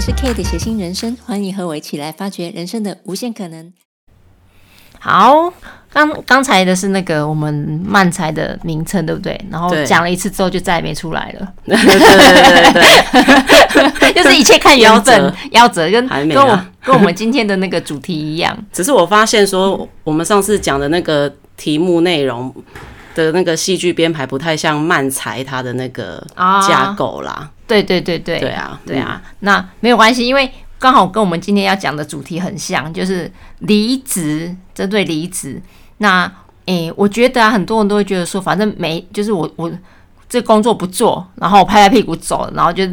是 Kate 写信人生，欢迎和我一起来发掘人生的无限可能。好，刚刚才的是那个我们漫才的名称，对不对？然后对讲了一次之后就再也没出来了，对对对对 对，就是一切看姚夭正折夭折，跟还没跟我啊跟我们今天的那个主题一 样，只是我发现说，我们上次讲的那个题目内容的那个戏剧编排不太像漫才它的那个啊架构啦。对对对对对啊，对啊，那没有关系，因为刚好跟我们今天要讲的主题很像，就是离职，针对离职。那诶、我觉得啊，很多人都会觉得说，反正没，就是我我这工作不做，然后我拍拍屁股走，然后就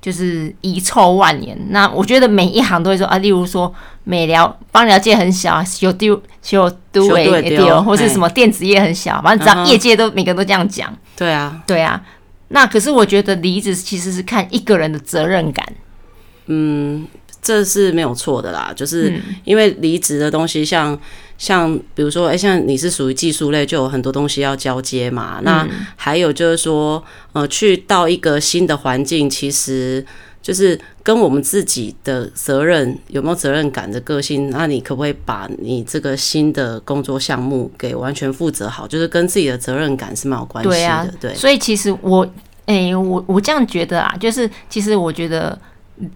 就是遗臭万年。那我觉得每一行都会说啊，例如说美疗帮疗界很小，有丢有丢小丢的诶对丢，或是嘿什么电子业很小，反正只嗯要哼业界都每个人都这样讲，嗯对啊，对啊。那可是我觉得离职其实是看一个人的责任感。嗯，这是没有错的啦，嗯就是因为离职的东西像。像比如说，哎、像你是属于技术类，就有很多东西要交接嘛。嗯那还有就是说，呃，去到一个新的环境，其实就是跟我们自己的责任有没有责任感的个性，那你可不可以把你这个新的工作项目给完全负责好？就是跟自己的责任感是蛮有关系的，对啊对所以其实我，诶、我我这样觉得啊，就是其实我觉得，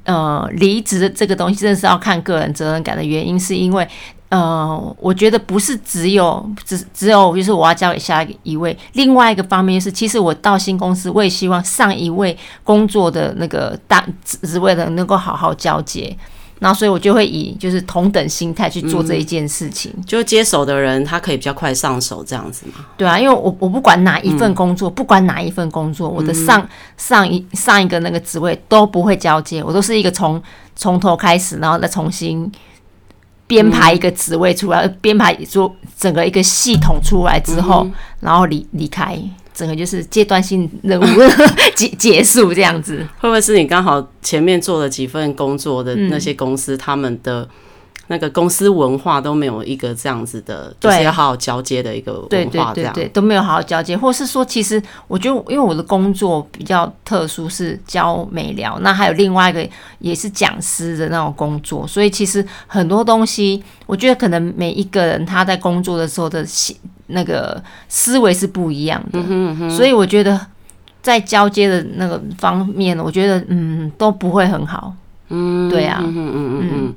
呃，离职这个东西真的是要看个人责任感的原因，是因为，呃，我觉得不是只有只只有就是我要交给下一位，另外一个方面是，其实我到新公司，我也希望上一位工作的那个大职职位的能够好好交接。然后，所以我就会以就是同等心态去做嗯这一件事情。就接手的人他可以比较快上手，这样子嘛。对啊，因为我我不管哪一份工作，不管哪一份工作，我的上、上一上一个那个职位都不会交接，我都是一个从从头开始，然后再重新编排一个职位出来，编、排出整个一个系统出来之后，然后离离开，整个就是阶段性任务 结结束这样子。会不会是你刚好前面做了几份工作的那些公司，他们的那个公司文化都没有一个这样子的，就是对要好好交接的一个对文对化，这对样对，都没有好好交接，或是说，其实我觉得，因为我的工作比较特殊，是教美疗，那还有另外一个也是讲师的那种工作，所以其实很多东西，我觉得可能每一个人他在工作的时候的心那个思维是不一样的，嗯所以我觉得在交接的那个方面，我觉得嗯都不会很好，嗯，对啊，嗯嗯嗯嗯，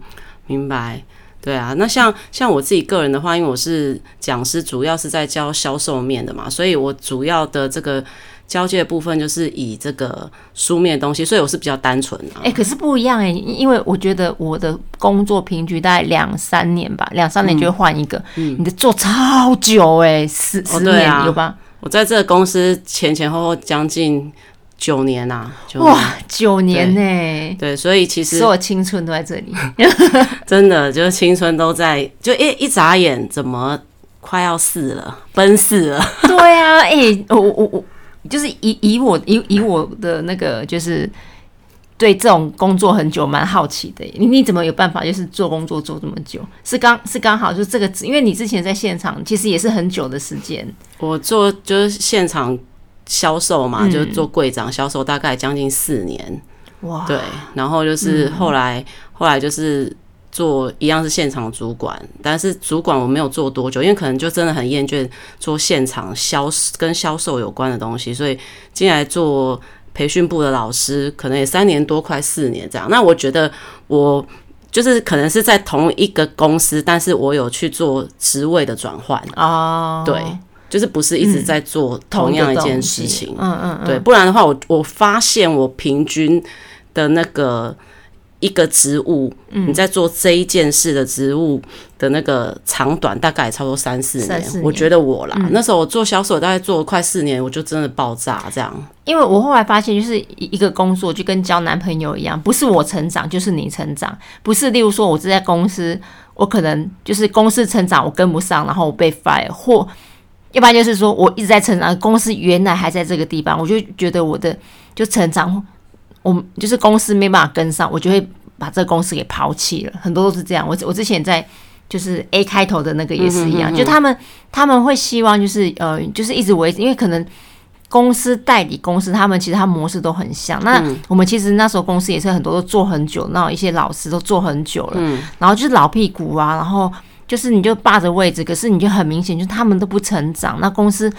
明白。对啊，那像像我自己个人的话，因为我是讲师，主要是在教销售面的嘛，所以我主要的这个交接的部分就是以这个书面的东西，所以我是比较单纯的、啊哎、。可是不一样哎、因因为我觉得我的工作平均大概两三年吧，两三年就会嗯换一个。你的做超久哎、十哦十对年、啊有吧？我在这个公司前前后后将近九年啊，九年哇，九年呢、对，所以其实所有青春都在这里。 真的就是青春都在，就一一眨眼，怎么快要四了，奔四了。对啊，哎、我我我就是以以我以以我的那个就是对这种工作很久蛮好奇的耶、你你怎么有办法就是做工作做这么久？是刚是刚好就是这个职，因为你之前在现场其实也是很久的时间。我做就是现场销售嘛，嗯就是做柜长销售，大概将近四年。哇，对，然后就是后来、后来就是做一样是现场主管，但是主管我没有做多久，因为可能就真的很厌倦做现场销跟销售有关的东西，所以进来做培训部的老师，可能也三年多，快四年这样。那我觉得我。就是可能是在同一个公司，但是我有去做职位的转换，哦，对，就是不是一直在做同样一件事情。嗯嗯嗯，对，不然的话我，我发现我平均的那个一个职务，嗯你在做这一件事的职务的那个长短，大概也差不多三四年。三四年嗯我觉得我啦，那时候我做销售，大概做了快四年，我就真的爆炸这样。因为我后来发现，就是一一个工作就跟交男朋友一样，不是我成长就是你成长，不是例如说我是在公司，我可能就是公司成长我跟不上，然后我被 fire 或。要不然就是说我一直在成长，公司原来还在这个地方，我就觉得我的就成长，我就是公司没办法跟上，我就会把这个公司给抛弃了。很多都是这样。我我之前在就是 A 开头的那个也是一样，就他们他们会希望就是呃就是一直维持，因为可能公司代理公司，他们其实它模式都很像。那我们其实那时候公司也是很多都做很久，那有一些老师都做很久了，然后就是老屁股啊，然后就是你就霸着位置，可是你就很明显，就他们都不成长。那公司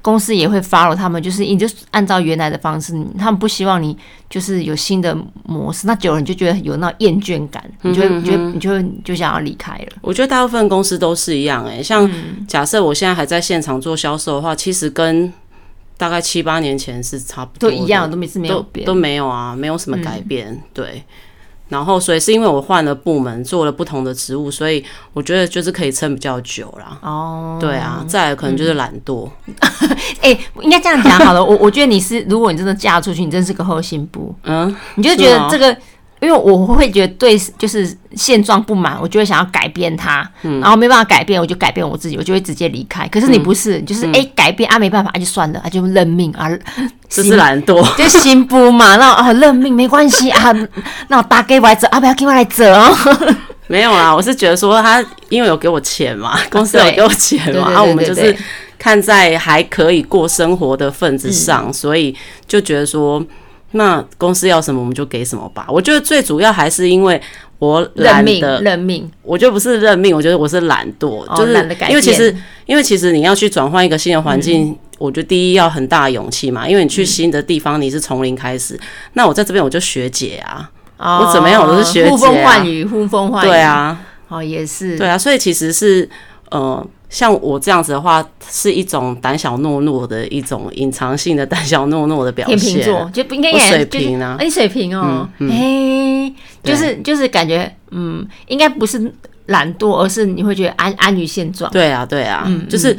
公司也会 follow 他们，就是你就按照原来的方式，你他们不希望你就是有新的模式。那久了你就觉得有那种厌倦感，你就会你就会你就会你就想要离开了。我觉得大部分公司都是一样、欸，哎，像嗯假设我现在还在现场做销售的话，其实跟大概七八年前是差不多都的，一样，都每次没有都变，嗯都没有啊，没有什么改变，对。然后，所以是因为我换了部门，做了不同的职务，所以我觉得就是可以撑比较久啦。哦，嗯对啊，再来可能就是懒惰，哎、应该这样讲好了。我我觉得你是，如果你真的嫁出去，你真是个后心部，嗯，你就是觉得吗这个，因为我会觉得对，就是现状不满，我就会想要改变它，嗯然后没办法改变，我就改变我自己，我就会直接离开。可是你不是，你嗯就是哎、改变啊，没办法，啊就算了，啊就认命 啊，这是懒惰。 就心不嘛，那啊认命没关系啊， 那我打给我来折啊，不要给我来折哦。没有啊啦，我是觉得说他因为有给我钱嘛，公司有对给我钱对对啊嘛，对然后我们对就对是看在还可以过生活的份子嗯上，所以就觉得说，那公司要什么我们就给什么吧。我觉得最主要还是因为我认懒命，得，认命，我就不是认命，我觉得我是懒惰，哦就是懒得改因为其变实因为其实你要去转换一个新的环境。我觉得第一要很大的勇气嘛，因为嗯你去新的地方你是从零开始，那我在这边我就学姐啊，哦我怎么样我都是学姐啊呼风唤雨，呼风唤雨，对，啊，哦也是，对啊，所以其实是呃，像我这样子的话，是一种胆小懦弱的一种隐藏性的胆小懦弱的表天秤现。座就不应该我也水就是瓶啊嗯哎你水瓶哦，哎、就是就是感觉嗯，应该不是懒惰，而是你会觉得安安于现状。对啊，对啊，嗯就是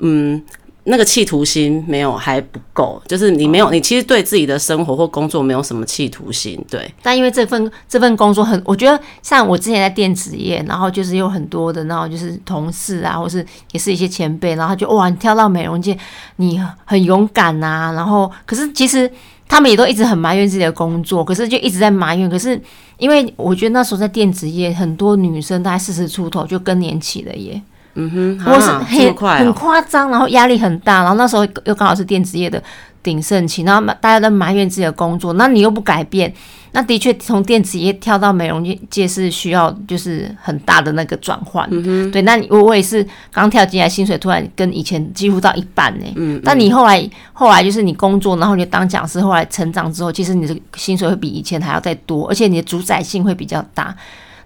嗯。那个企图心没有还不够，就是你没哦有，你其实对自己的生活或工作没有什么企图心，对，但因为这份这份工作很，我觉得像我之前在电子业，然后就是有很多的，然后就是同事啊，或是也是一些前辈，然后就哇，你跳到美容界，你很勇敢呐、然后可是其实他们也都一直很埋怨自己的工作，可是就一直在埋怨。可是因为我觉得那时候在电子业，很多女生大概四十出头就更年期了耶，嗯哼，我是啊这很、么快很哦、夸张，然后压力很大，然后那时候又刚好是电子业的鼎盛期，然后大家都埋怨自己的工作，那你又不改变，那的确从电子业跳到美容界是需要就是很大的那个转换，嗯对，那你我我也是刚跳进来，薪水突然跟以前几乎到一半呢、嗯，但你后来后来就是你工作，然后你当讲师，后来成长之后，其实你的薪水会比以前还要再多，而且你的主宰性会比较大。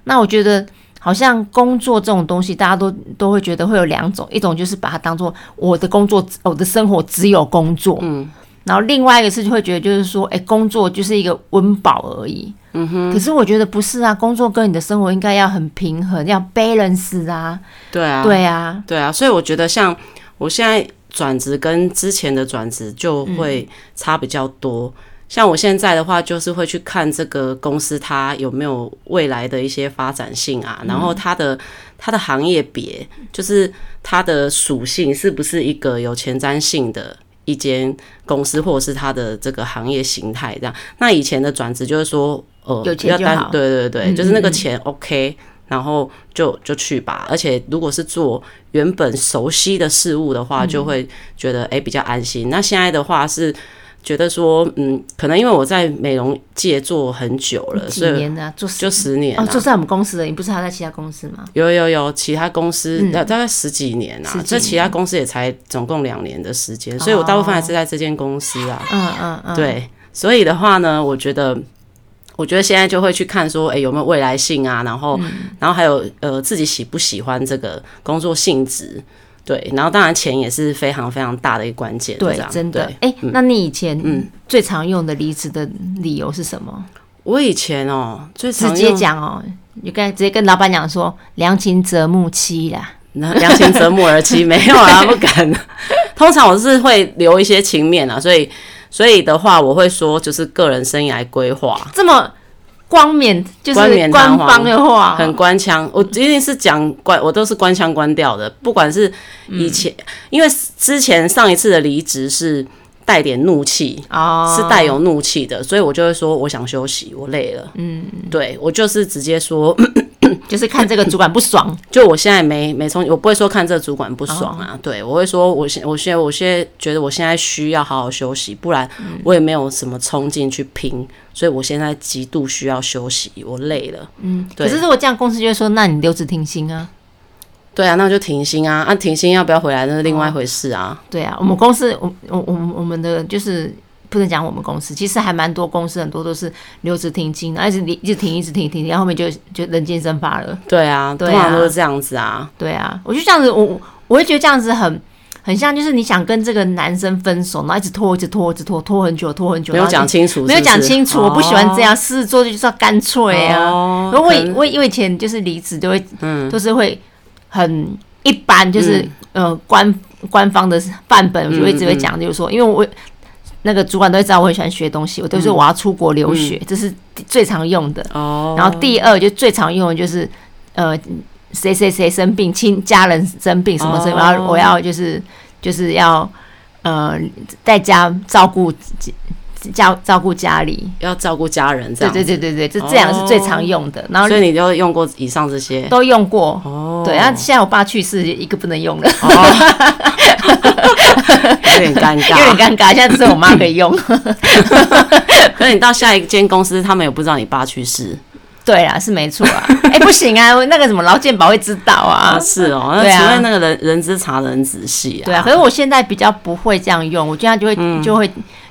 那我觉得。好像工作这种东西，大家都都会觉得会有两种，一种就是把它当做我的工作，我的生活只有工作，嗯，然后另外一个是就会觉得就是说，哎、工作就是一个温饱而已，嗯哼。可是我觉得不是啊，工作跟你的生活应该要很平衡，要 balance 啊，对啊，对啊，对啊，所以我觉得像我现在转职跟之前的转职就嗯会差比较多。像我现在的话，就是会去看这个公司它有没有未来的一些发展性啊，然嗯后它的它的行业别，就是它的属性是不是一个有前瞻性的一间公司，或者是它的这个行业形态这样。那以前的转职就是说，呃，有钱要就担好嗯对对对，就是那个钱 OK，然后就就去吧。而且如果是做原本熟悉的事物的嗯话，就会觉得诶比较安心。那现在的话是觉得说，嗯，可能因为我在美容界做很久了，几所以年啊，做就十年、哦，啊做在我们公司的，你不是还在其他公司吗？有有有，其他公司大大概十几年啊，嗯十几这其他公司也才总共两年的时间，所以我大部分还是在这间公司啊。嗯嗯嗯，对，所以的话呢，我觉得，我觉得现在就会去看说，哎、有没有未来性啊？然嗯后，然后还有呃，自己喜不喜欢这个工作性质？对，然后当然钱也是非常非常大的一个关键，对这，样真的对。嗯哎、那你以前最常用的离职的理由是什么？我以前哦，最直常接用讲哦，你跟直接跟老板讲说良禽择木栖啦。良禽择木而栖， 没有啊，不敢。通常我是会留一些情面啊，所以所以的话，我会说就是个人生涯规划。这么光冕，就是冠冕官堂皇方的话，很官腔，我一定是讲官，我都是官腔官调的。不管是以前，因为之前上一次的离职是带点怒气，哦，是带有怒气的，所以我就会说我想休息，我累了。嗯，对我就是直接说，就是看这个主管不 爽，就我现在没没冲，我不会说看这主管不爽啊，对我会说我现我现在我现在觉得我现在需要好好休息，不然我也没有什么冲劲去拼，所以我现在极度需要休息，我累了。嗯，对可是如果这样，公司就会说，那你留职停薪啊。对啊，那就停薪啊，啊停薪要不要回来那是另外一回事啊。对啊，我们公司，我我我们我们的就是不能讲我们公司，其实还蛮多公司，很多都是留职停薪，然后一直离一直停，一直停，停，然后后面就就人间蒸发了。对啊，对啊通常都是这样子啊。对啊，我就这样子，我我我会觉得这样子很很像，就是你想跟这个男生分手，然后一直拖，一直拖，一直拖，拖很久，拖很久，没有然后就讲清楚是不是，没有讲清楚，我不喜欢这样，狮子座就是要干脆啊。哦。然后我可以能我以我以前就是离职都会嗯都是会很一般，就是、呃官官方的范本，我就会只嗯会讲，就是说，因为我那个主管都会知道我很喜欢学东西，我都说嗯我要出国留学，这是最常用的。哦，然后第二就最常用的就是呃谁谁谁生病，亲家人生病什么什么，哦然后我要就是就是要呃在家照顾家照顾家里。要照顾家人这对样，对对对对，这这两个是最常用的，然后所以你就用过以上这些。都用过。哦，对，然后现在我爸去世，一个不能用了，哦，有点尴 有点尴尬。尬。现在只有我妈可以用。可是你到下一间公司，他们也不知道你爸去世 对啊，是没错啊。哎、不行啊，那个什么劳健保会知道啊啊，。是哦，那对啊除非那个人人资查得很仔细啊。对啊，可是我现在比较不会这样用，我现在就会、就会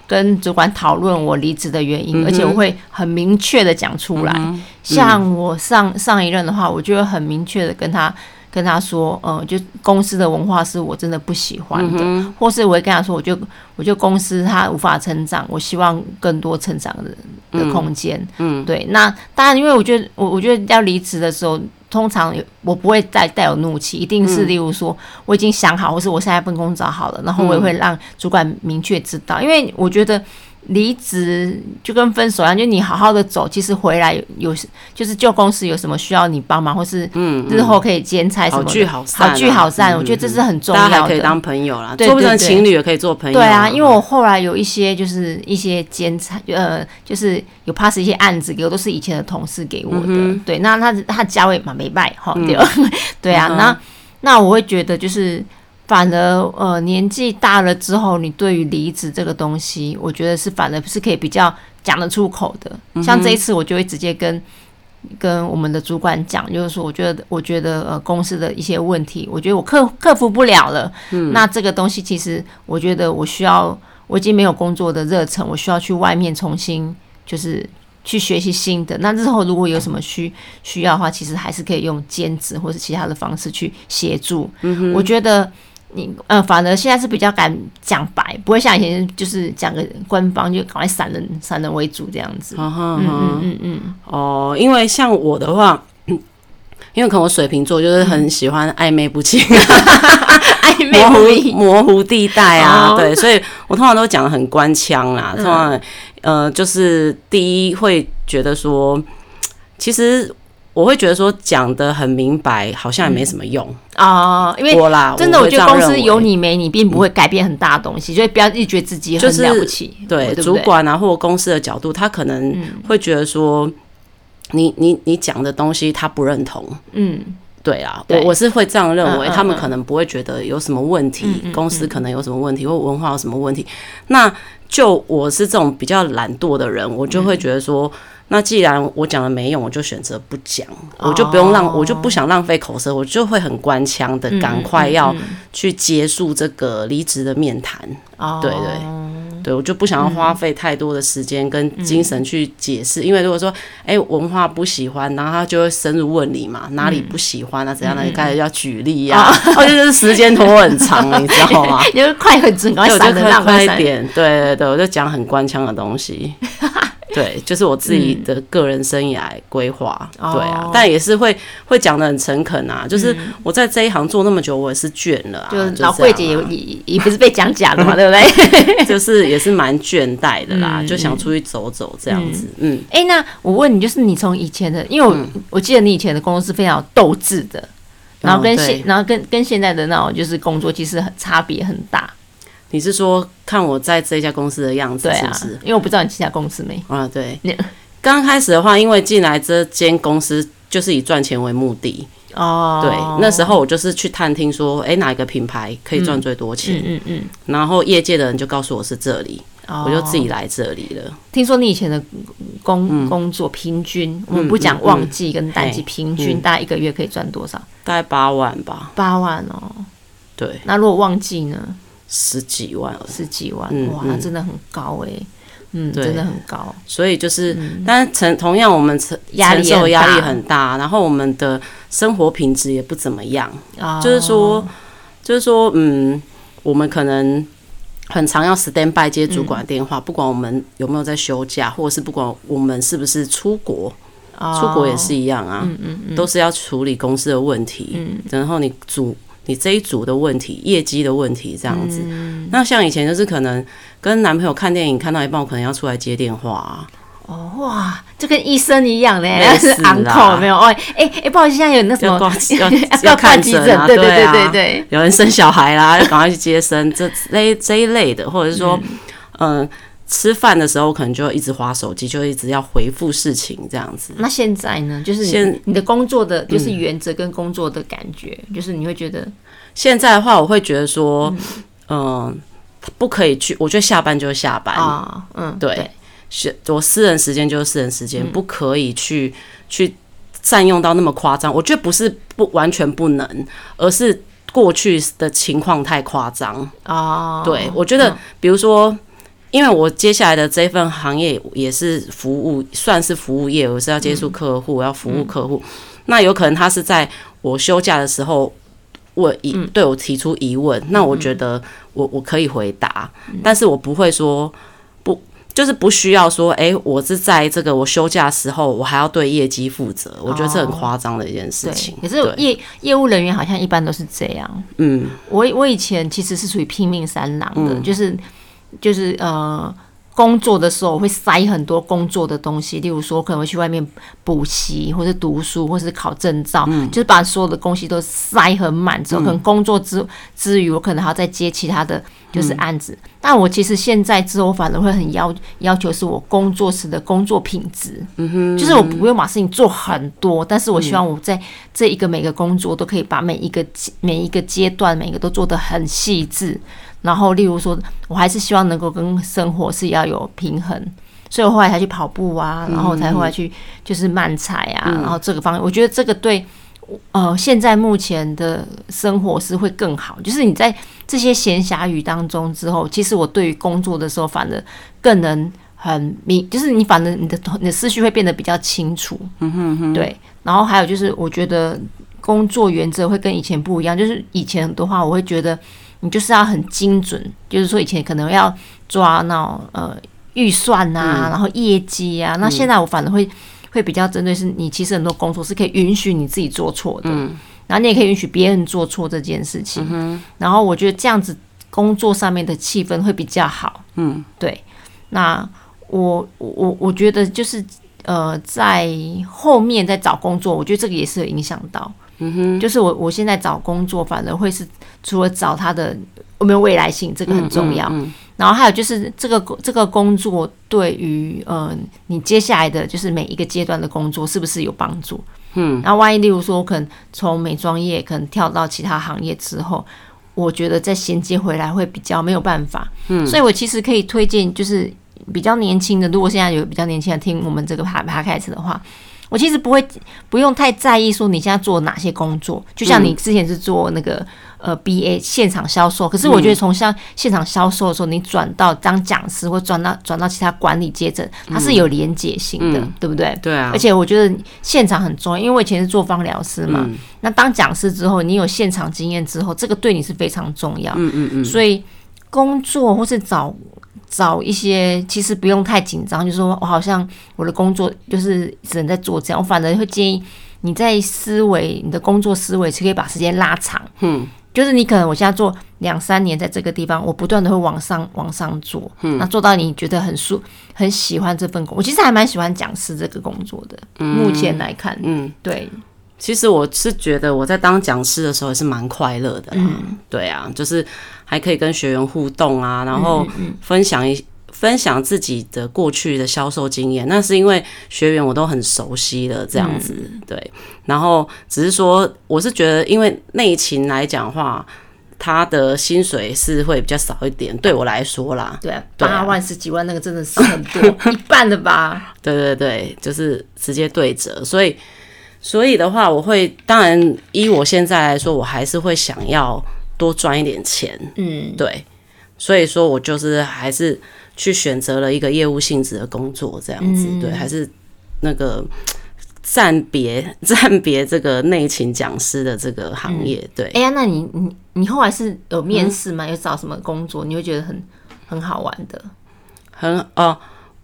跟主管讨论我离职的原因，而且我会很明确的讲出来。像我上上一任的话，我就会很明确的跟他。跟他说，嗯，就公司的文化是我真的不喜欢的，或是我会跟他说，我就我就公司它无法成长，我希望更多成长的的空间、嗯对，那当然，因为我觉得我我觉得要离职的时候，通常有我不会再带有怒气，一定嗯是例如说我已经想好，或是我现在份工作找好了，然后我也嗯会让主管明确知道，因为我觉得。离职就跟分手一样，就你好好的走，其实回来有就是旧公司有什么需要你帮忙，或是嗯，日后可以兼差什好么的，聚好散啊，好聚好散，嗯我觉得这是很重大家要还可以的。当朋友啦，对做不成对对情侣也可以做朋友。对啊，因为我后来有一些就是一些兼差，呃，就是有 pass 一些案子给我，都是以前的同事给我的。嗯对，那他他价位嘛没卖哈，嗯对、对啊，嗯哼那那我会觉得就是。反而，呃，年纪大了之后，你对于离职这个东西，我觉得是反而是可以比较讲得出口的。嗯像这一次，我就会直接跟跟我们的主管讲，就是说，我觉得，我觉得呃，公司的一些问题，我觉得我克克服不了了。嗯，那这个东西其实，我觉得我需要，我已经没有工作的热忱，我需要去外面重新就是去学习新的。那日后如果有什么需需要的话，其实还是可以用兼职或是其他的方式去协助。嗯、我觉得。你呃，反而现在是比较敢讲白，不会像以前就是讲个官方就赶快闪人闪人为主这样子。嗯哼，嗯嗯哼嗯嗯嗯，哦，因为像我的话。 因为可能我水瓶座就是嗯很喜欢暧昧不清、啊 暧昧模不糊明。模糊地带啊，哦嗯对，所以我通常都讲的很官腔啦，通常、呃，就是第一会觉得说，其实我会觉得说讲的很明白，好像也没什么用。啊、因为我啦，真的，我我会觉得这公样司认为有。你没你，并不会改变很大的东西，所以不要一直觉得自己很了不起，对对不对嗯主管啊，或者公司的角度，他可能会觉得说，你你你讲的东西他不认同，嗯对啊，对我我是会这样认为，嗯嗯他们可能不会觉得有什么问题，嗯嗯公司可能有什么问题，或文化有什么问题。那就我是这种比较懒惰的人，我就嗯会觉得说，那既然我讲了没用，我就选择不讲，我就不用哦浪，我就不想浪费口舌，我就会很官腔嗯的，赶快要去结束这个离职的面谈。哦，对对对，我就不想嗯要花费太多的时间跟精神去解释，因为如果说哎、文化不喜欢，然后他就会深入问你嘛，哪里不喜欢啊，怎样的，开始要举例呀、啊，嗯 哦，就是时间拖很长，你知 道吗？ 你就是快很准，赶 对快我闪就人，快让快快一闪人。点，对对对，我就讲很官腔的 东西。对，就是我自己的个人生涯规划，哦嗯对啊，但也是会会讲的很诚恳啊。就是我在这一行做那么久，我也是倦了啊，就是老这柜样姐啊也也也不是被讲假的嘛，对不对？ 就是也是蛮倦怠的啦，嗯就想出去走走这样子。嗯，哎，那我问你，就是你从以前的，因为我、我记得你以前的工作是非常有斗志的，然后跟对现、然后跟跟现在的那种就是工作其实很差别很大，你是说看我在这家公司的样子对是啊不是？，因为我不知道你其他公司没，啊，对你。刚开始的话，因为进来这间公司就是以赚钱为目的。哦，对，那时候我就是去探听说，哎、哪一个品牌可以赚最多钱？嗯嗯嗯，然后业界的人就告诉我是这里，哦我就自己来这里了。听说你以前的工、工作平均，我们不讲旺季跟淡季，嗯嗯平均大概一个月可以赚多少？大概八万吧，八万哦。对，那如果旺季呢？十几万。十几万，嗯哇，嗯那真的很高哎、嗯，对真的很高。所以就是，但是承同样我们承嗯压力承受很压力大很大，然后我们的生活品质也不怎么样。啊，就是说，就是说，嗯，我们可能很常要 stand by 接主管电嗯话，不管我们有没有在休假，或者是不管我们是不是出国，哦嗯出国也是一样啊，都是要处理公司的问题，然后你组。你这一组的问题、业绩的问题这样子，嗯那像以前就是可能跟男朋友看电影看到一半，我可能要出来接电话、啊，哦，哇，就跟医生一样嘞，类是似啦 昂口没有？哦，哎哎，不好意思，现在有那什要么挂 要要挂看急诊啊对对对啊对对，有人生小孩啦， 要赶快去接生，这这这一类的，或者是说，嗯、吃饭的时候可能就一直划手机，就一直要回复事情这样子。那现在呢？就是你现嗯你的工作的，就是原则跟工作的感觉，就是你会觉得现在的话，我会觉得说，嗯、不可以去，我觉得下班就是下班，啊，嗯，对是我私人时间就是私人时间，不可以去去占用到那么夸张。我觉得不是不完全不能，而是过去的情况太夸张。哦，对，我觉得，比如说，因为我接下来的这份行业也是服务，算是服务业，我是要接触客户，我要服务客户。嗯那有可能他是在我休假的时候问疑，嗯对我提出疑问，那我觉得我我可以回答，嗯但是我不会说不。就是不需要说，哎、我是在这个我休假的时候，我还要对业绩负责，我觉得这很夸张的一件事哦对情。，可是对业业务人员好像一般都是这样。嗯，我我以前其实是属于拼命三郎的，就是就是呃。工作的时候我会塞很多工作的东西，例如说我可能会去外面补习，或是读书，或是考证照，嗯就是把所有的东西都塞很满之后，可能工作之之余，我可能还要再接其他的嗯就是案子。但我其实现在之后反而会很要要求是我工作时的工作品质，就是我不用把事情做很多，但是我希望我在这一个每个工作都可以把每一个阶每一个阶段每一个都做得很细致。然后，例如说，我还是希望能够跟生活是要有平衡，所以我后来才去跑步啊，然后才后来去就是慢踩啊，然后这个方面，我觉得这个对。呃，现在目前的生活是会更好，就是你在这些闲暇语当中之后，其实我对于工作的时候，反而更能很明，就是你反正你的你的思绪会变得比较清楚，嗯哼哼，对。然后还有就是，我觉得工作原则会跟以前不一样，就是以前的话，我会觉得你就是要很精准，就是说以前可能要抓那种呃预算啊，然后业绩啊，那现在我反而会。会比较针对是你，其实很多工作是可以允许你自己做错的，然后你也可以允许别人做错这件事情。然后我觉得这样子工作上面的气氛会比较好。嗯，对。那我我我我觉得就是呃，在后面在找工作，我觉得这个也是有影响到。嗯哼，就是我我现在找工作，反而会是除了找他的有没有未来性，这个很重要。然后还有就是这个工这个工作对于呃你接下来的就是每一个阶段的工作是不是有帮助？嗯，然后万一例如说我可能从美妆业可能跳到其他行业之后，我觉得再衔接回来会比较没有办法。嗯，所以我其实可以推荐就是比较年轻的，如果现在有比较年轻的听我们这个 p 爬开始的话。我其实不会，不用太在意说你现在做哪些工作，就像你之前是做那个、呃 BA 现场销售，可是我觉得从像现场销售的时候，你转到当讲师或转到转到其他管理阶层，它是有连结性的，对不对？对啊而，且我觉得现场很重要，因为我以前是做芳疗师嘛，那当讲师之后，你有现场经验之后，这个对你是非常重要。嗯嗯嗯。所以工作或是找找一些，其实不用太紧张，就是说我哦好像我的工作就是只能在做这样，我反而会建议你在思维你的工作思维是可以把时间拉长。嗯。就是你可能我现在做两三年在这个地方，我不断的会往上往上做，那做到你觉得很舒很喜欢这份工，我其实还蛮喜欢讲师这个工作的，目前来看，嗯，对，其实我是觉得我在当讲师的时候也是蛮快乐的啦，对啊，就是还可以跟学员互动啊，然后分享一、分享自己的过去的销售经验，那是因为学员我都很熟悉了这样子，对。然后只是说，我是觉得，因为内勤来讲话，他的薪水是会比较少一点，对我来说啦，对啊，对啊八万十几万那个真的是 很多，一半的吧？对对对，就是直接对折，所以所以的话，我会当然依我现在来说，我还是会想要多赚一点钱，嗯，对，所以说我就是还是去选择了一个业务性质的工作，这样嗯子，对，还是那个暂别 暂别这个内勤讲师的这个行业， 哎对，呀，那你你你后来是有面试吗？有找什么工作？你会觉得很很好玩的？很哦、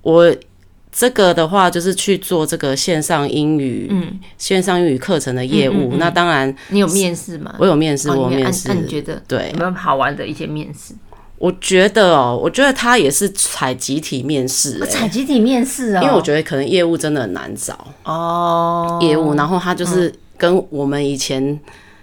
我这个的话就是去做这个线上英语，嗯，线上英语课程的业务，那当然你有面试吗？我有面试，哦你我有没有面按试那，你觉得对有，没有好玩的一些面试？我觉得哦，我觉得他也是采集体面试、啊欸采集体面试啊，因为我觉得可能业务真的很难找。得哦，业务，然后他就是跟我们以前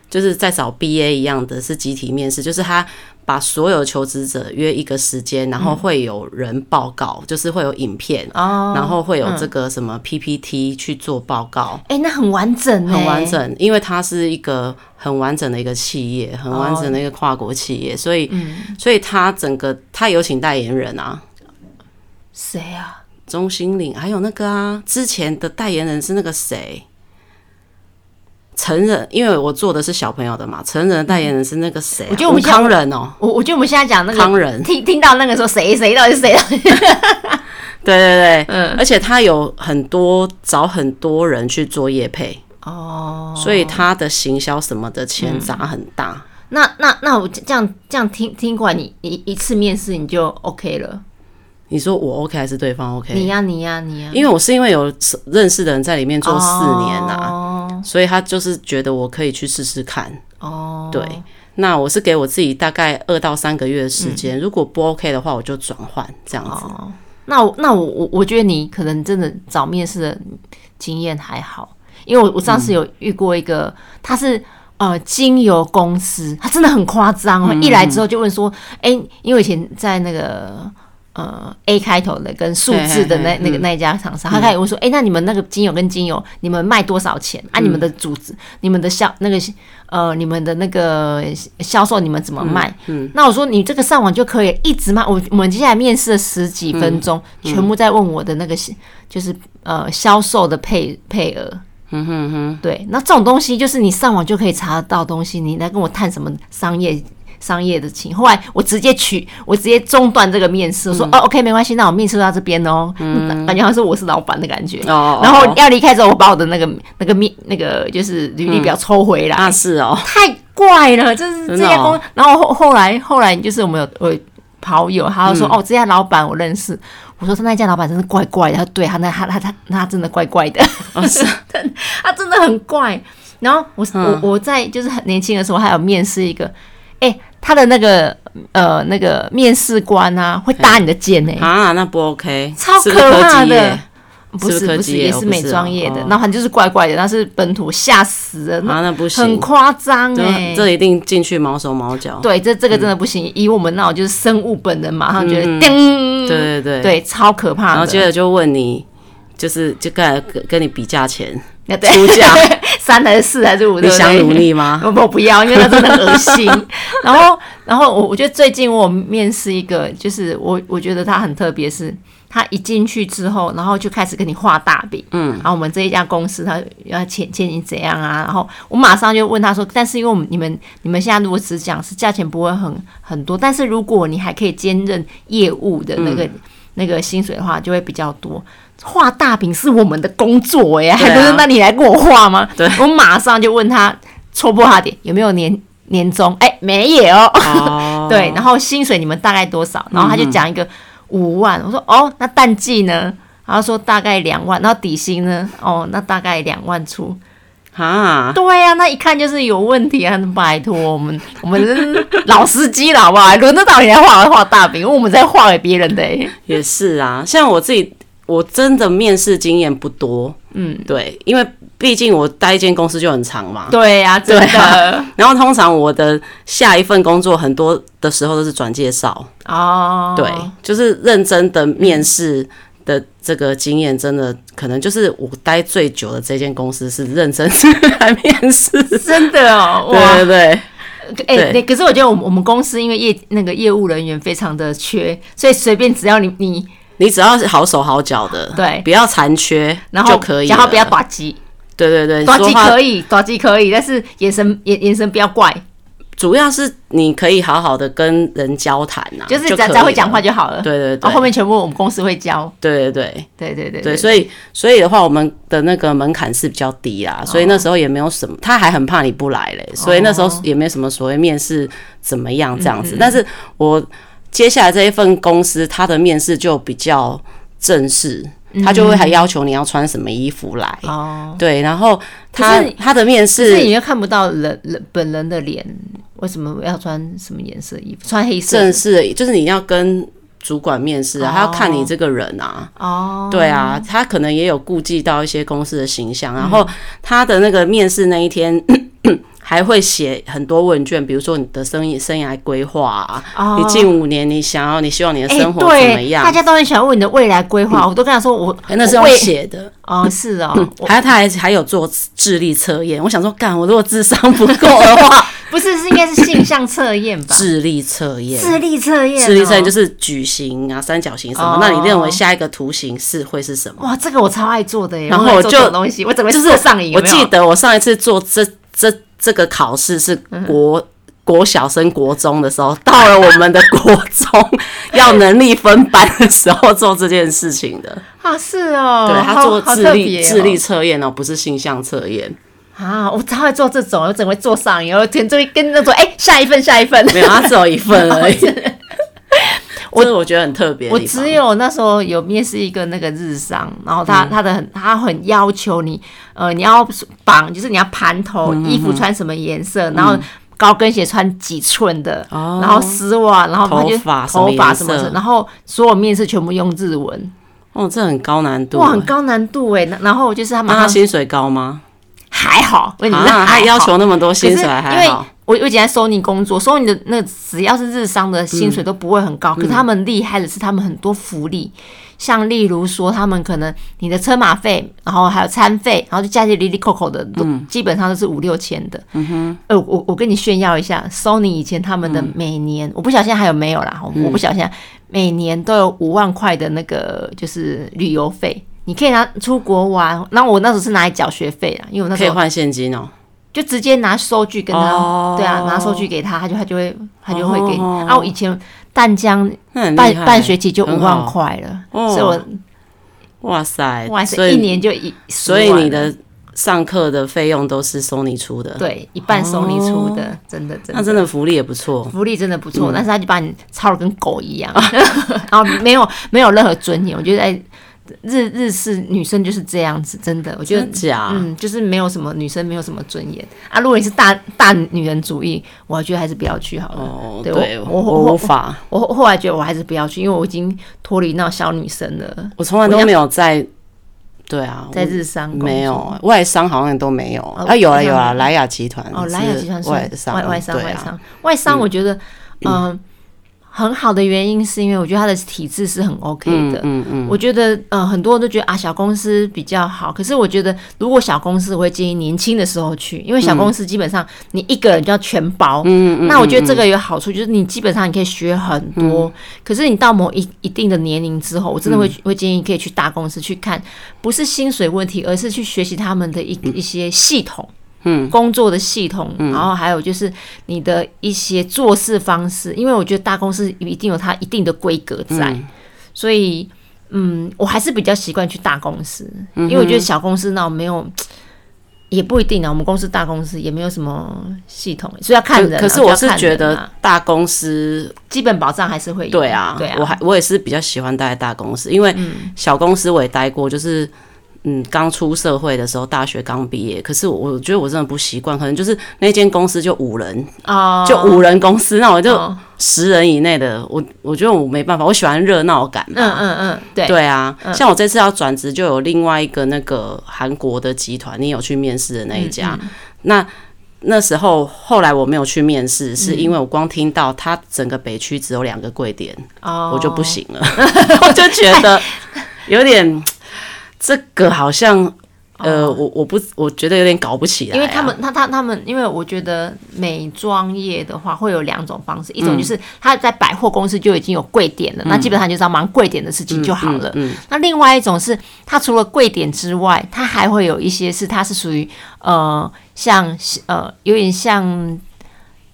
就是在找 BA 一样的，是集体面试，就是他把所有求职者约一个时间，然后会有人报告，就是会有影片，嗯哦，然后会有这个什么 PPT 去做报告。哎、那很完整、欸，很完，整，因为它是一个很完整的一个企业，很完整的一个跨国企嗯业，所以，所以它整个它有请代言人啊，谁啊？钟欣凌，还有那个啊，之前的代言人是那个谁？成人，因为我做的是小朋友的嘛，成人的代言人是那个谁、啊？我觉得我吴们康仁哦、我我觉得我们现在讲那个康仁听听到那个说谁谁到底是谁到 底是谁，对对对，嗯，而且他有很多找很多人去做业配，哦，所以他的行销什么的钱砸很大。那那那我这样这样听听过来，你一一次面试你就 OK 了，你说我 OK 还是对方 OK？你呀、你呀、你呀、哎因为我是因为有认识的人在里面做四年啊，哦所以他就是觉得我可以去试试看。哦，对，那我是给我自己大概二到三个月的时间，如果不 OK 的话，我就转换这样子。嗯哦，那我那我我我觉得你可能真的找面试的经验还好，因为我我上次有遇过一个，他是呃精油公司，他真的很夸张嗯哦，一来之后就问说，哎、因为我以前在那个。呃，A 开头的跟数字的那嘿嘿嘿嗯那个那一家厂商，他开始问说：“哎、那你们那个精油跟精油，你们卖多少嗯钱？啊，你们的组织、你们的销那个呃，你们的那个销售，你们怎么卖？”嗯那我说你这个上网就可以一直卖。我我们接下来面试了十几分钟，嗯全部在问我的那个是就是呃销售的配配额。嗯哼哼，对，那这种东西就是你上网就可以查得到东西，你来跟我谈什么商业商业的情。后来我直接取，我直接中断这个面试，我说、哦，OK，没关系，那我面试到这边哦，嗯、 感觉好像是我是老板的感觉。哦然后要离开之后，我把我的那个那个面那个就是履历表抽回来，啊是哦，太怪了，就是这真的哦家公。然后后后来后来就是我们有我有跑友，他就说、嗯哦，这家老板我认识。我说他那家老板真是怪怪的，他对他那他他他他真的怪怪的，哦是他 真的很怪。然后我、我我嗯在就是很年轻的时候，还有面试一个，哎、他的那个呃那个面试官啊，会搭你的肩呢、啊，那不 OK，超是可不是怕科技的业。不是不是是科不技是，业也哦是不美是妆哦业的，哦然后他就是怪怪的，他是本土，吓死人，啊，那不很行，夸张哎，这这一定进去毛手毛脚。对，这这个真的不行。以我们那种就是生物本能，马上觉得叮，嗯对对对嗯对，超可怕的。然后接着就问你，就是就跟跟你比价钱，那对出价 三还是四还是五，你对不想对努力吗？我我哦不要，因为他真的很恶心。然后，然后我我觉得最近我有面试一个，就是我我觉得他很特别，是他一进去之后，然后就开始跟你画大饼，嗯，然后我们这一家公司他要欠欠你怎样啊？然后我马上就问他说，但是因为我们你们你们现在如果只讲是价钱不会很很多，但是如果你还可以兼任业务的那个。那个薪水的话就会比较多。画大饼是我们的工作哎、对啊还不是那你来给我画吗？对，我马上就问他戳破他点有没有年年终？哎、没有。哦，嗯对，然后薪水你们大概多少？然后他就讲一个五万，我说哦，那淡季呢？然后说大概两万，然后底薪呢？哦，那大概两万出。啊，对呀、那一看就是有问题啊！拜托，我们我们是老司机了，好不好？轮得到你来画画大饼，因为我们在画给别人的、欸。也是啊，像我自己，我真的面试经验不多，嗯，对，因为毕竟我待一间公司就很长嘛。对啊呀、真 对啊的然后通常我的下一份工作很多的时候都是转介绍，哦，对，就是认真的面试的这个经验，真的可能就是我待最久的这间公司是认真来面试。真的哦，哇， 对对对，哎、对对，可是我觉得我们我们公司因为业那个业务人员非常的缺，所以随便只要你你你只要是好手好脚的，对不要残缺，然就后可以了，然后不要打击，对对对，打说击话可以，打击可以，但是眼神眼眼神不要怪，啊主要是你可以好好的跟人交谈呐、啊，就是只就要可以只要会讲话了，就好了。对对对，然后后面全部我们公司会教，对对对对对对哦对，所以所以的话，我们的那个门槛是比较低啊，所以那时候也没有什么，他还很怕你不来嘞，所以那时候也没什么所谓面试怎么样这样嗯子，但是我接下来这一份公司，他的面试就比较正式，嗯他就会还要求你要穿什么衣服来，哦，对，然后他可是他的面可是你试。又看不到人人本人的脸，为什么要穿什么颜色衣服？穿黑色正的式的就是你要跟主管面试啊，他要看你这个人啊，哦，对啊，他可能也有顾忌到一些公司的形象，然后他的那个面试那一天。 还会写很多问卷，比如说你的生意生涯规划啊，哦你近五年你想要你希望你的哎生活怎么对，样？大家都很喜欢问你的未来规划，我都跟他说我哎那是我要未写的，哦，是哦，我还有他还还有做智力测验。我想说，干我如果智商不够 的话，不是是应该是性向测验吧？智力测验，智力测验哦，智力测验就是矩形啊、三角形什么。哦那你认为下一个图形是会是什么？哇，这个我超爱做的耶！然后我我做就这种东西，我怎么就是做上瘾？我有没有记得我上一次做这这这个考试是国、国小升国中的时候，到了我们的国中要能力分班的时候做这件事情的。啊，是 哦，对他好做好智特力、别哦智力测验哦，不是性向测验。啊，我超爱做这种，我怎么会做上瘾？我天，就会跟那种哎，下一份，下一份。没有，他只有一份而 已。我这是我觉得很特别的我地方。只有那时候有面试一个那个日商，然后嗯他、他的很他很要求你，呃，你要绑，就是你要盘头，衣服穿什么颜色，然后高跟鞋穿几寸的，嗯哦然后丝袜，然后他就头发什么头发什颜色么，然后所有面试全部用日文，哦，这很高难度。哇，很。高难度哎。然后就是他那马他上薪水 高吗？还好，我跟你说啊，还他好要求那么多可薪是水因还为好。我我以前在 Sony 工作，Sony 的那只要是日商的薪水都不会很高，可是他们厉害的是他们很多福利，像例如说他们可能你的车马费，然后还有餐费，然后就加些里里扣扣的，都基本上都是五六千的。嗯哼，呃，我我跟你炫耀一下，Sony 以前他们的每年，我不晓得现在还有没有啦，哦我不晓得现在每年都有五万块的那个就是旅游费。你可以拿出国玩，那我那时候是拿来缴学费啦，因为我那可时以候换现金哦，就直接拿收据跟他，哦对啊，拿收据给他，他就他就会他就会给你。哦啊，我以前淡江那很厉半害。半学期就五很万好块了，哦所以哇塞，我哇所塞，以一年就一，所以10万你的上课的费用都是 Sony 出的，，对一半收你出的，真的真哦那的。真的嗯福利也不错。福利真的不错，但是他就把你操的跟狗一 样，然后没有没有任何尊严。我觉得在日日式女生就是这样子，真的，我觉得真假？嗯，就是没有什么女生没有什么尊严啊。如果你是大大女人主义，我觉得还是不要去好了。哦，对对，我我我我我无法，我后后来觉得我还是不要去，因为我已经脱离那种小女生了，我从来都没有在，对啊，在我日商工作没有外商好像也都没有哦啊，有啊有外啊，商莱雅集团哦，是莱雅集团是外外商外商对外啊，商外商，我觉得嗯、呃很好的原因是因为我觉得它的体制是很 OK 的。嗯嗯，我觉得，呃，很多人都觉得啊，小公司比较好。可是我觉得，如果小公司，我会建议年轻的时候去，因为小公司嗯基本上你一个人就要全包。嗯嗯。那我觉得这个有好处，就是你基本上你可以学很嗯多。可是你到某一一定的年龄之后，我真的会、会建议可以去大公司去看，不是薪水问题，而是去学习他们的一、一些系统。嗯，工作的系统，嗯然后还有就是你的一些做事方式，因为我觉得大公司一定有它一定的规格在，嗯所以嗯，我还是比较习惯去大公司，嗯因为我觉得小公司那种没有，也不一定啊。我们公司大公司也没有什么系统，所以要看可人啊、可是就要我是看人觉啊得大公司，基本保障还是会有。对啊，对啊，嗯我还我也是比较喜欢待在大公司，因为小公司我也待过，就是。嗯，刚出社会的时候，大学刚毕业，可是我我觉得我真的不习惯，可能就是那间公司就五人，哦就五人公司，那我就哦十人以内的，我我觉得我没办法，我喜欢热闹感嗯嘛。嗯嗯，对，对啊，像我这次要转职，就有另外一个那个韩国的集团，你有去面试的那一嗯家。那那时候后来我没有去面试，嗯是因为我光听到它整个北区只有两个柜点，哦，我就不行了， 我就觉 得有点这个好像呃，我我不我觉得有点搞不起来啊、哦因为他们，他他他们，因为我觉得美妆业的话会有两种方式，一嗯种就是他在百货公司就已经有柜点了，那基本上就是要忙柜点的事情就好了。嗯嗯那另外一种是，它除了柜点之外，它还会有一些是它是属于呃像呃有点像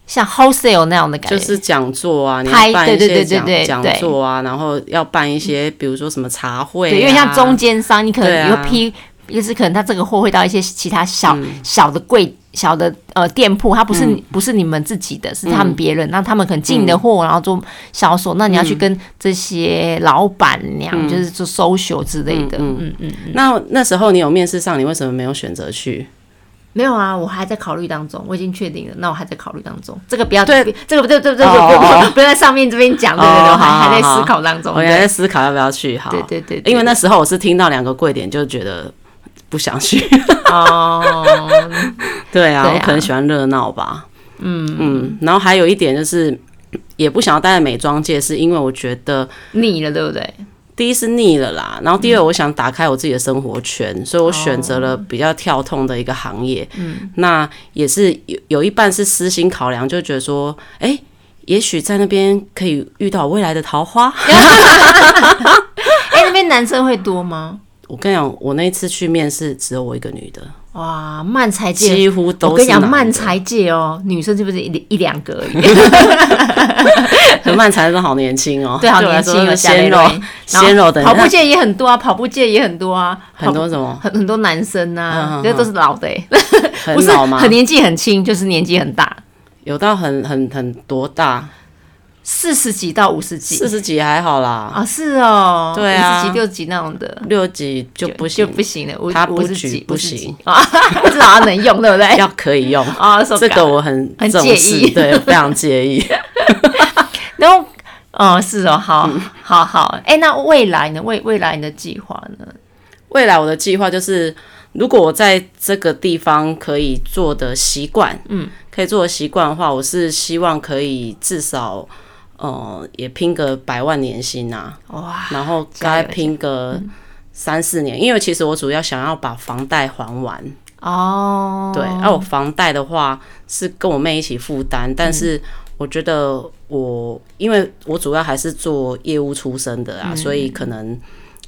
像 wholesale 那样的感觉，就是讲座啊，你拍要办一对对对些对讲对讲对座啊，然后要办一些，比如说什么茶会、啊，对，因为像中间商，你可对能啊嗯有批，就是可能他这个货会到一些其他小、小的柜、小的呃店铺，它不是、你不是你们自己的，嗯是他们别人，那他们可能进你的货，然后做销售，那你嗯要去跟这些老板娘、就是做 social 之类的。嗯嗯那那时候你有面试上，你为什么没有选择去？没有啊，我还在考虑当中，我已经确定了，那我还在考虑当中，这个不要对，这个不对，对对对，哦不哦不不要在上面这边讲，对对对，哦我还好好还在好思考当中，我哦对原来在思考要不要去，好，对对对对因为那时候我是听到两个贵点就觉得不想去，哦，对啊，对啊我可能喜欢热闹吧，嗯嗯，然后还有一点就是也不想要待在美妆界，是因为我觉得。腻了，对不哎对？第一是腻了啦，然后第二我想打开我自己的生活圈，嗯所以我选择了比较跳痛的一个行业。哦嗯，那也是有有一半是私心考量，就觉得说，哎、也许在那边可以遇到未来的桃花。 哎、那边男生会多吗？我跟你讲，我那一次去面试只有我一个女的，哇，漫才界，几乎都是我跟你讲，男的漫才界哦，女生是不是一一两个而已？ 可 漫才真的好年轻哦、对，好我来年说轻哦，是贾鲜雷肉瑞，然后鲜肉的跑步界也很多啊，跑步界也很多啊，跑 很多什么很很多男生嗯呐、嗯这、都是老的、欸，很不是老吗？很年纪很轻，就是年纪很大，有到很很很多大，四十几到五十几四十几还好啦，啊，是哦，对啊五十几六几那种的。六几就不行，就不行了，五他不五十举几不五十几行啊， 至少他能用，对不对？要可 以用。啊，手这感个我很很重介视意对，非常介 意。然后，哦，是哦，好，嗯好好，哎，那未来呢？未未来你的计划呢？未来我的计划就是，如果我在这个地方可以做的习惯，嗯，可以做的习惯的话，我是希望可以至少，呃，也拼个百万年薪啊，哇，然后加该油嗯拼个三四年，因为其实我主要想要把房贷还完，哦，对，而、我房贷的话是跟我妹一起负担，嗯但是我觉得我因为我主要还是做业务出身的啊，嗯所以可能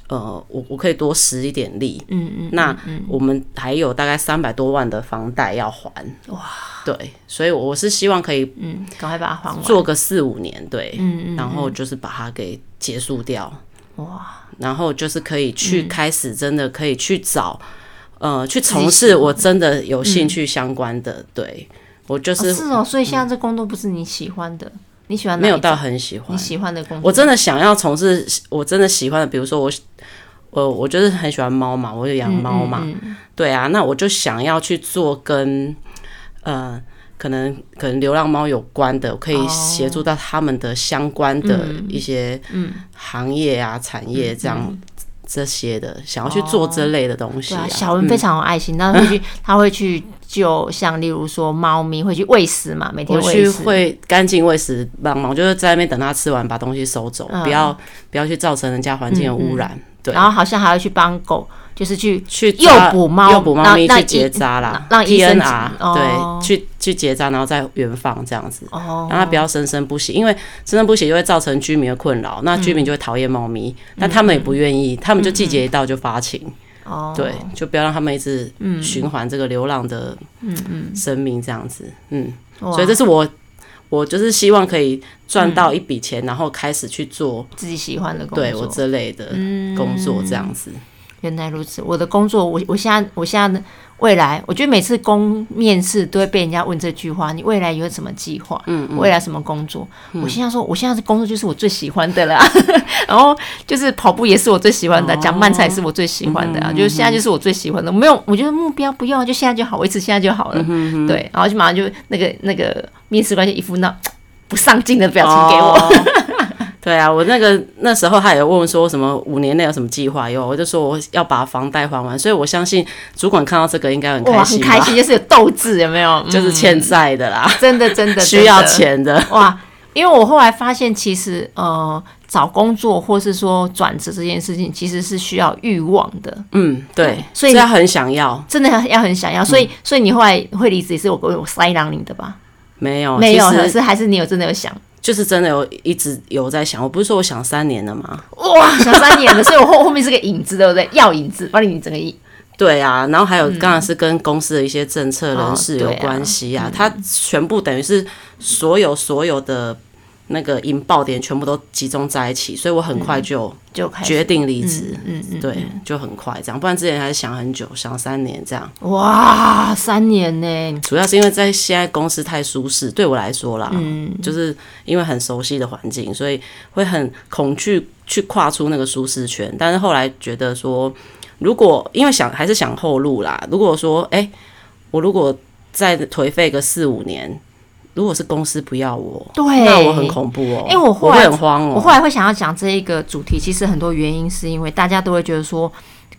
呃，我我可以多使一点力。嗯嗯，那我们还有大概三百多万的房贷要还，哇，对，所以我是希望可以嗯，赶快把它还完。做个四五年，对，嗯嗯然后就是把它给结束掉，哇，然后就是可以去嗯开始真的可以去找，呃，去从事我真的有兴趣相关的。对我就嗯哦是嗯是哦，所以现在这工作不是你喜欢的，你喜欢哪没有一到种很喜欢你，喜欢的工作，我真的想要从事我真的喜欢的，比如说我。我我就是很喜欢猫嘛，我就养猫嘛，嗯嗯对啊，那我就想要去做跟呃，可能可能流浪猫有关的，我可哦以协助到他们的相关的嗯一些行业啊、产业这样、这些的，想要去做这类的东西对啊。啊，小文非常有爱心，他 会去，他会去救，像例如说猫咪会去喂食嘛，每天我喂去食，会干净喂食帮忙，就是在那边等它吃完，把东西收走，嗯不要不要去造成人家环境的污染。对，然后好像还会去帮狗，就是去去诱抓捕猫诱捕猫咪让去结扎啦，让让医生 TNR 哦对，去去结扎，然后再原放这样子。哦，让它不要生生不息，因为生生不息就会造成居民的困扰，那居民就会讨厌猫咪，嗯但他们也不愿意，他们就季节一到就发情，哦，嗯对，就不要让他们一直循环这个流浪的生命这样子，嗯，哇，所以这是我我就是希望可以赚到一笔钱，然后开始去做自己喜欢的工作，对我这类的工作这样子，原来如此，我的工作，我我现在我现在的未来，我觉得每次公面试都会被人家问这句话：你未来有什么计划？嗯，未来什么工作？嗯我现在说，我现在的工作就是我最喜欢的啦。 然后就是跑步也是我最喜欢的，讲慢才也是我最喜欢哦的啊，就是嗯现在就是我最喜欢的。没有，我觉得目标不要，就嗯现在就好，维持现在就好了。对，然后就马上就那个那个面试官就一副那。不上进的表情给我。 哦对啊，我那个那时候他也问说什么五年内有什么计划有，我就说我要把房贷还完，所以我相信主管看到这个应该很哇，开很心吧，开心，就是有斗志，有没有？嗯就是欠债的啦，真的嗯真的 需要。真的钱的，哇，因为我后来发现，其实呃，找工作或是说转职这件事情，其实是需要欲望的，嗯，对，所以他很想要，真的要很想要。所嗯以，所以你后来会离职，也是我我塞囊你的吧？没有，没有，哦其可实是还是你有真的有想。就是真的有一直有在想，我不是说我想三年了吗？哇，想三年了，所以我后后面是个影子，对不对？要影子，把你整个影对啊，然后还有刚然是跟公司的一些政策、人事有哦对啊关系啊，它全部等于是所有所有的那个引爆点全部都集中在一起，所以我很快就就开始。决定离职，嗯嗯，对，就很快这样，不然之前还是想很久，想三年这样，嗯哇，三年呢？主要是因为在现在公司太舒适，对我来说啦，嗯就是因为很熟悉的环境，所以会很恐惧去跨出那个舒适圈。但是后来觉得说，如果因为想还是想后路啦，如果说哎、诶我如果再颓废个四五年，如果是公司不要我，对那我很恐怖哦、诶我后会来很慌哦、我后来会想要讲这一个主题，其实很多原因是因为大家都会觉得说，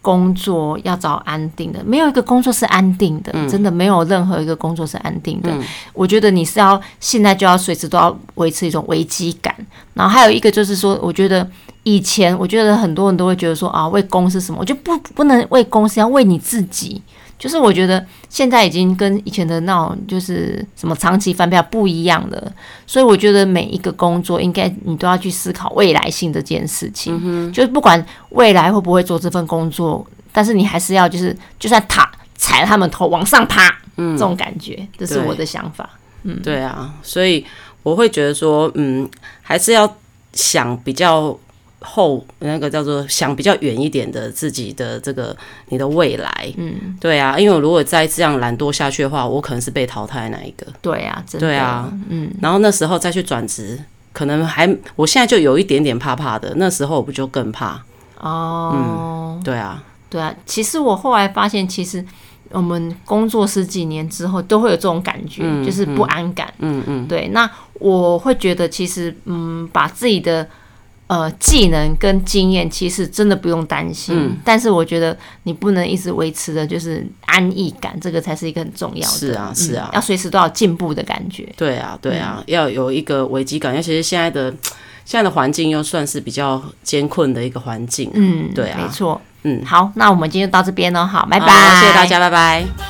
工作要找安定的，没有一个工作是安定的，嗯真的没有任何一个工作是安定的。我觉得你是要现在就要随时都要维持一种危机感，然后还有一个就是说，我觉得。以前我觉得很多人都会觉得说啊，为公司什么，我就不不能为公司，要为你自己。就是我觉得现在已经跟以前的那种就是什么长期饭票不一样了，所以我觉得每一个工作应该你都要去思考未来性这件事嗯情，就是不管未来会不会做这份工作，但是你还是要就是就算塔踩了他们头往上爬，这种感觉，这是嗯对我的想法。对啊，所以我会觉得说，嗯，还是要想比较后那个叫做想比较远一点的自己的这个你的未来，嗯，对啊，因为我如果再这样懒惰下去的话，我可能是被淘汰的那一个，对啊，真的，对啊，嗯，然后那时候再去转职。可能还，我现在就有一点点怕怕的，那时候我不就更怕？哦，对啊，对啊，其实我后来发现，其实我们工作十几年之后，都会有这种感觉，就是不安感。嗯嗯，对，那我会觉得其实，嗯，把自己的呃技能跟经验，其实真的不用担心。嗯但是我觉得你不能一直维持的就是安逸感，这个才是一个很重要的。是啊嗯是啊要随时都要进步的感觉。对啊，对啊，要有一个危机感，尤其是现在的现在的环境又算是比较艰困的一个环境，嗯，对啊没错。嗯好，那我们今天就到这边喽，好，拜拜，好谢谢大家，拜拜。